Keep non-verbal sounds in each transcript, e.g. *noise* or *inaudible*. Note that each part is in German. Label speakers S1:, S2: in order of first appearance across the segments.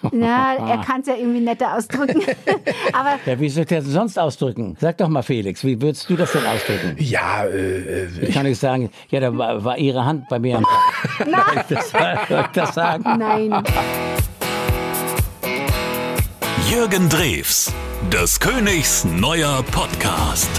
S1: *laughs*
S2: Na, er kann es ja irgendwie netter ausdrücken. Aber
S1: Ja, wie soll ich das denn sonst ausdrücken? Sag doch mal, Felix, wie würdest du das denn ausdrücken?
S3: Ja, äh, äh,
S1: Ich kann nicht sagen, ja, da war, war ihre Hand bei mir am. Nein. Das, soll ich das sagen? *laughs*
S2: nein.
S4: Jürgen Drews, des Königs neuer Podcast.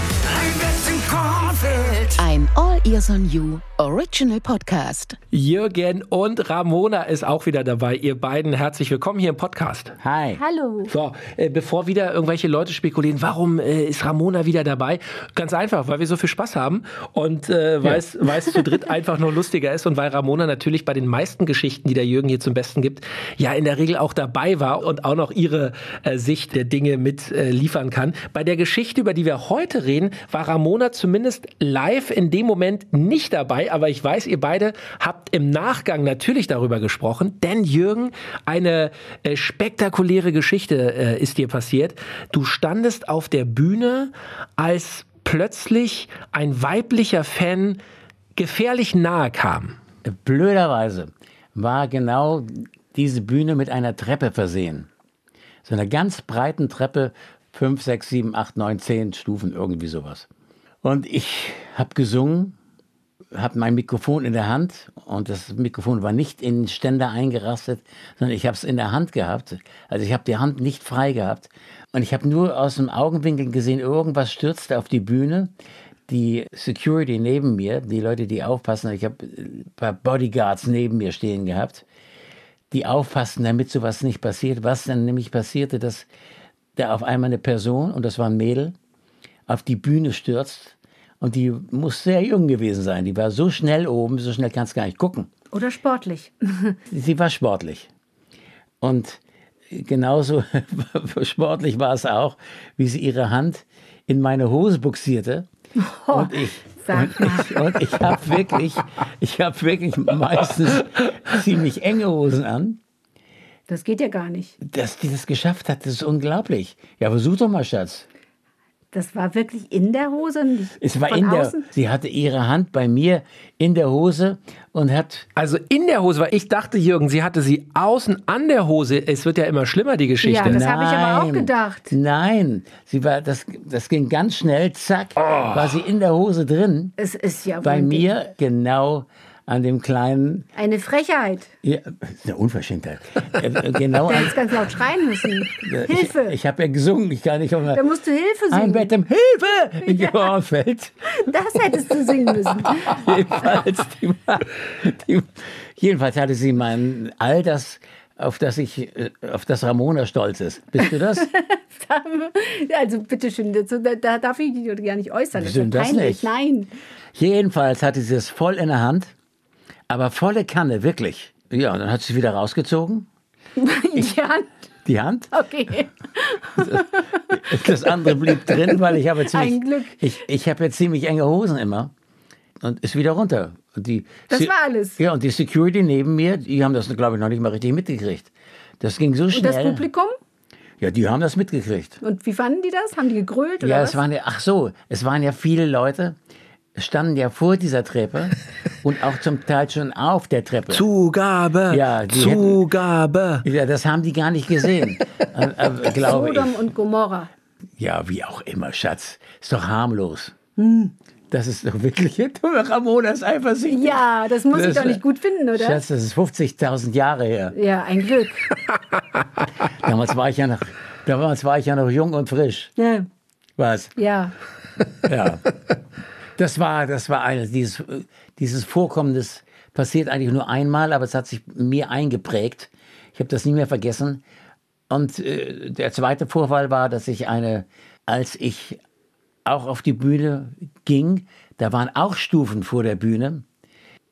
S5: Ein All Ears on You Original Podcast.
S6: Jürgen und Ramona ist auch wieder dabei. Ihr beiden herzlich willkommen hier im Podcast.
S1: Hi.
S2: Hallo.
S6: So, äh, bevor wieder irgendwelche Leute spekulieren, warum äh, ist Ramona wieder dabei? Ganz einfach, weil wir so viel Spaß haben und äh, weil es weil es zu dritt *laughs* einfach nur lustiger ist und weil Ramona natürlich bei den meisten Geschichten, die der Jürgen hier zum Besten gibt, ja in der Regel auch dabei war und auch noch ihre äh, Sicht der Dinge mit äh, liefern kann. Bei der Geschichte, über die wir heute reden, war Ramona zumindest live in dem Moment nicht dabei, aber ich weiß, ihr beide habt im Nachgang natürlich darüber gesprochen, denn Jürgen, eine äh, spektakuläre Geschichte äh, ist dir passiert. Du standest auf der Bühne, als plötzlich ein weiblicher Fan gefährlich nahe kam.
S1: Blöderweise war genau diese Bühne mit einer Treppe versehen. So einer ganz breiten Treppe, 5, 6, 7, 8, 9, 10 Stufen, irgendwie sowas. Und ich habe gesungen, habe mein Mikrofon in der Hand und das Mikrofon war nicht in den Ständer eingerastet, sondern ich habe es in der Hand gehabt. Also ich habe die Hand nicht frei gehabt. Und ich habe nur aus dem Augenwinkel gesehen, irgendwas stürzte auf die Bühne. Die Security neben mir, die Leute, die aufpassen, ich habe ein paar Bodyguards neben mir stehen gehabt, die aufpassen, damit sowas nicht passiert. Was dann nämlich passierte, dass da auf einmal eine Person, und das war ein Mädel, auf die Bühne stürzt. Und die muss sehr jung gewesen sein. Die war so schnell oben, so schnell kannst du gar nicht gucken.
S2: Oder sportlich.
S1: Sie war sportlich. Und genauso *laughs* sportlich war es auch, wie sie ihre Hand in meine Hose buxierte. und ich,
S2: sag
S1: und ich, und ich habe wirklich, ich habe wirklich meistens ziemlich enge Hosen an.
S2: Das geht ja gar nicht.
S1: Dass die das geschafft hat, das ist unglaublich. Ja, versuch doch mal, Schatz.
S2: Das war wirklich in der Hose. Nicht
S1: Es war
S2: von
S1: in der,
S2: außen?
S1: sie hatte ihre Hand bei mir in der Hose und hat
S6: Also in der Hose, weil ich dachte, Jürgen, sie hatte sie außen an der Hose. Es wird ja immer schlimmer, die Geschichte. ne?
S2: Ja, das- habe ich aber auch
S1: Nein.
S2: gedacht.
S1: Nein, sie war, das, das ging ganz schnell, zack, war sie in der Hose drin.
S2: Es ist ja
S1: Bei
S2: wohl
S1: mir genau an dem kleinen,
S2: eine Frechheit.
S1: ja, das ist eine Unverschämtheit. Äh, genau
S2: Du
S1: an,
S2: hättest ganz laut schreien müssen. *laughs* Hilfe.
S1: Ich, ich habe *laughs* ja gesungen, ich kann nicht auf
S2: da musst du Hilfe
S1: ein
S2: singen.
S1: Bett im Hilfe
S2: *laughs*
S1: in ja. Ohrenfeld.
S2: Das hättest du singen
S1: *laughs*
S2: müssen.
S1: jedenfalls, die, die, jedenfalls hatte sie mein all das, auf das ich, äh, auf das Ramona stolz ist. Bist du das?
S2: *laughs* Also bitteschön, dazu, da, da darf ich mich gar nicht äußern.
S1: Wieso
S2: ist
S1: denn das
S2: peinlich.
S1: nicht?
S2: Nein.
S1: Jedenfalls hatte sie es voll in der Hand, aber volle Kanne, wirklich. Ja, und dann hat sie wieder rausgezogen,
S2: *laughs* ja,
S1: die Hand.
S2: okay.
S1: Das andere blieb drin, weil
S2: *laughs*
S1: ich habe ziemlich,
S2: Ein Glück.
S1: Ich, ich habe jetzt ziemlich enge Hosen immer und ist wieder runter. Und die,
S2: Das war alles.
S1: Ja, und die Security neben mir, die haben das, glaube ich, noch nicht mal richtig mitgekriegt. Das ging so
S2: Und das
S1: schnell.
S2: Publikum?
S1: ja, die haben das mitgekriegt.
S2: Und wie fanden die das? Haben die gegrölt oder
S1: Ja,
S2: was?
S1: es waren ja, ach so, es waren ja viele Leute, standen ja vor dieser Treppe
S2: *laughs*
S1: und auch zum Teil schon auf der Treppe.
S6: Zugabe,
S1: Ja, die
S6: Zugabe.
S1: ja, das haben die gar nicht gesehen, äh, äh, glaube
S2: Sodom
S1: ich.
S2: und Gomorra.
S1: Ja, wie auch immer, Schatz. Ist doch harmlos. Das ist doch wirklich, Ramona ist eifersüchtig.
S2: Ja, das muss ich
S1: Das-
S2: doch nicht gut finden, oder?
S1: Schatz, das ist 50.000 Jahre her.
S2: Ja, ein Glück.
S1: Damals war ich ja noch, damals war ich ja noch jung und frisch.
S2: Ja,
S1: Was?
S2: ja.
S1: Ja. *laughs* Das war, das war eines, dieses, äh, dieses Vorkommen, das passiert eigentlich nur einmal, aber es hat sich mir eingeprägt. Ich habe das nie mehr vergessen. Und äh, der zweite Vorfall war, dass ich eine, als ich auch auf die Bühne ging, da waren auch Stufen vor der Bühne.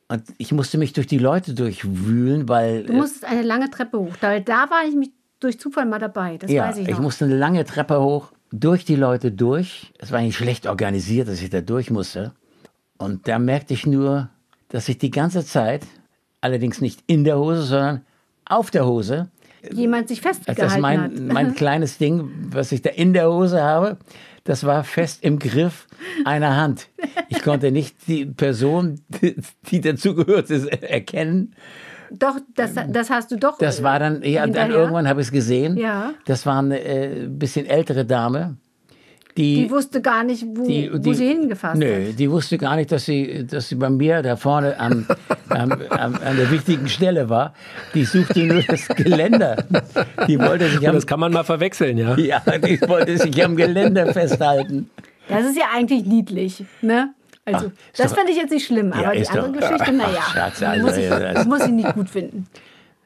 S1: Und ich musste mich durch die Leute durchwühlen, weil. äh,
S2: Du musstest eine lange Treppe hoch. Da, da war ich mich durch Zufall mal dabei. Das
S1: Ja,
S2: weiß ich
S1: ich,
S2: noch.
S1: musste eine lange Treppe hoch, durch die Leute durch. Es war eigentlich schlecht organisiert, dass ich da durch musste. Und da merkte ich nur, dass ich die ganze Zeit, allerdings nicht in der Hose, sondern auf der Hose,
S2: Jemand sich
S1: also das
S2: festgehalten hat. *laughs*
S1: mein, mein kleines Ding, was ich da in der Hose habe, das war fest im Griff einer Hand. Ich konnte nicht die Person, die, die dazugehörte, erkennen.
S2: Doch, das, das hast du doch. äh,
S1: Das war dann, ja, dann
S2: Hinterher?
S1: irgendwann habe ich es gesehen.
S2: Ja.
S1: Das war eine äh, bisschen ältere Dame, die.
S2: Die wusste gar nicht, wo, wo sie hingefasst
S1: Nö,
S2: hat.
S1: die wusste gar nicht, dass sie, dass sie bei mir da vorne am,
S2: *laughs*
S1: am, am, an der wichtigen Stelle war. Die suchte nur das Geländer. Die wollte sich
S6: Und
S1: am,
S6: das kann man mal verwechseln, ja.
S1: ja, die wollte sich am Geländer festhalten.
S2: Das ist ja eigentlich niedlich, ne? Also,
S1: Ach, ist
S2: das
S1: doch-
S2: fand ich jetzt nicht schlimm, aber die
S1: ist
S2: andere
S1: doch-
S2: Geschichte, naja,
S1: Ach, Schatz, also,
S2: muss, ich,
S1: ja, das-
S2: muss ich nicht gut finden.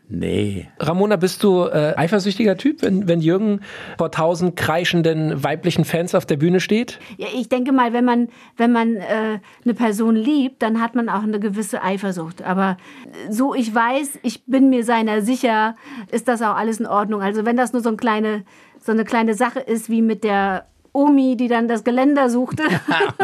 S1: Nee.
S6: Ramona, bist du äh, eifersüchtiger Typ, wenn, wenn Jürgen vor tausend kreischenden weiblichen Fans auf der Bühne steht?
S2: Ja, ich denke mal, wenn man, wenn man äh, eine Person liebt, dann hat man auch eine gewisse Eifersucht. Aber äh, so ich weiß, ich bin mir seiner sicher, ist das auch alles in Ordnung. Also wenn das nur so, ein kleine, so eine kleine Sache ist, wie mit der Omi, die dann das Geländer suchte, *laughs*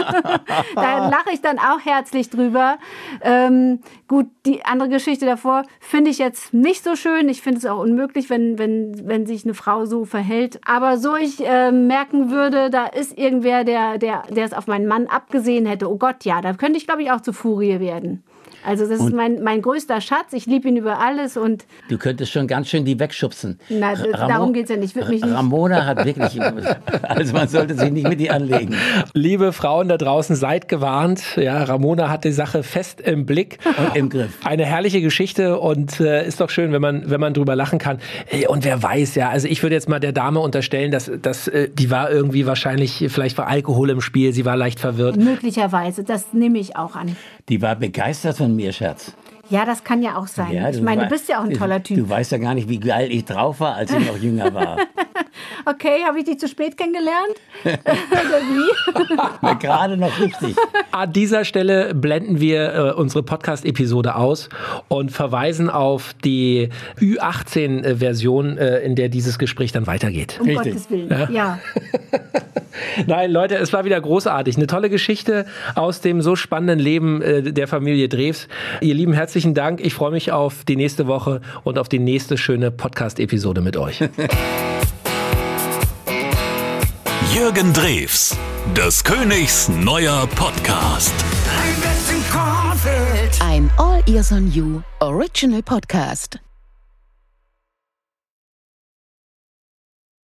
S2: da lache ich dann auch herzlich drüber. Ähm, gut, die andere Geschichte davor finde ich jetzt nicht so schön. Ich finde es auch unmöglich, wenn, wenn, wenn sich eine Frau so verhält. Aber so ich äh, merken würde, da ist irgendwer, der, der, der es auf meinen Mann abgesehen hätte. Oh Gott, ja, da könnte ich, glaube ich, auch zu Furie werden. Also das ist mein, mein größter Schatz. Ich liebe ihn über alles und
S1: Du könntest schon ganz schön die wegschubsen.
S2: Na, d- darum geht's ja nicht. Ich würd mich nicht-
S1: Ramona hat wirklich. *laughs* Also, man sollte sich nicht mit ihr anlegen.
S6: Liebe Frauen da draußen, seid gewarnt. Ja, Ramona hat die Sache fest im Blick.
S1: Und im Griff.
S6: Eine herrliche Geschichte und äh, ist doch schön, wenn man, wenn man drüber lachen kann. Äh, Und wer weiß, ja, also ich würde jetzt mal der Dame unterstellen, dass, dass äh, die war irgendwie wahrscheinlich, vielleicht war Alkohol im Spiel, sie war leicht verwirrt.
S2: möglicherweise, das nehme ich auch an.
S1: Die war begeistert von mir, Schatz.
S2: Ja, das kann ja auch sein.
S1: Ja,
S2: ich meine,
S1: wei-
S2: du bist ja auch ein toller Typ.
S1: Du weißt ja gar nicht, wie geil ich drauf war, als ich noch jünger war.
S2: *laughs* Okay, habe ich dich zu spät kennengelernt? *laughs* Oder wie?
S1: *laughs* Na, Gerade noch richtig.
S6: An dieser Stelle blenden wir äh, unsere Podcast-Episode aus und verweisen auf die Ü18-Version, äh, in der dieses Gespräch dann weitergeht.
S2: Um
S1: Richtig.
S2: Gottes Willen. ja.
S6: Nein, Leute, es war wieder großartig. Eine tolle Geschichte aus dem so spannenden Leben äh, der Familie Drews. Ihr Lieben, herzlichen Dank. Ich freue mich auf die nächste Woche und auf die nächste schöne Podcast-Episode mit euch.
S4: Jürgen Drews, des Königs neuer Podcast.
S3: Ein West im Kornfeld.
S5: Ein All Ears on You Original Podcast.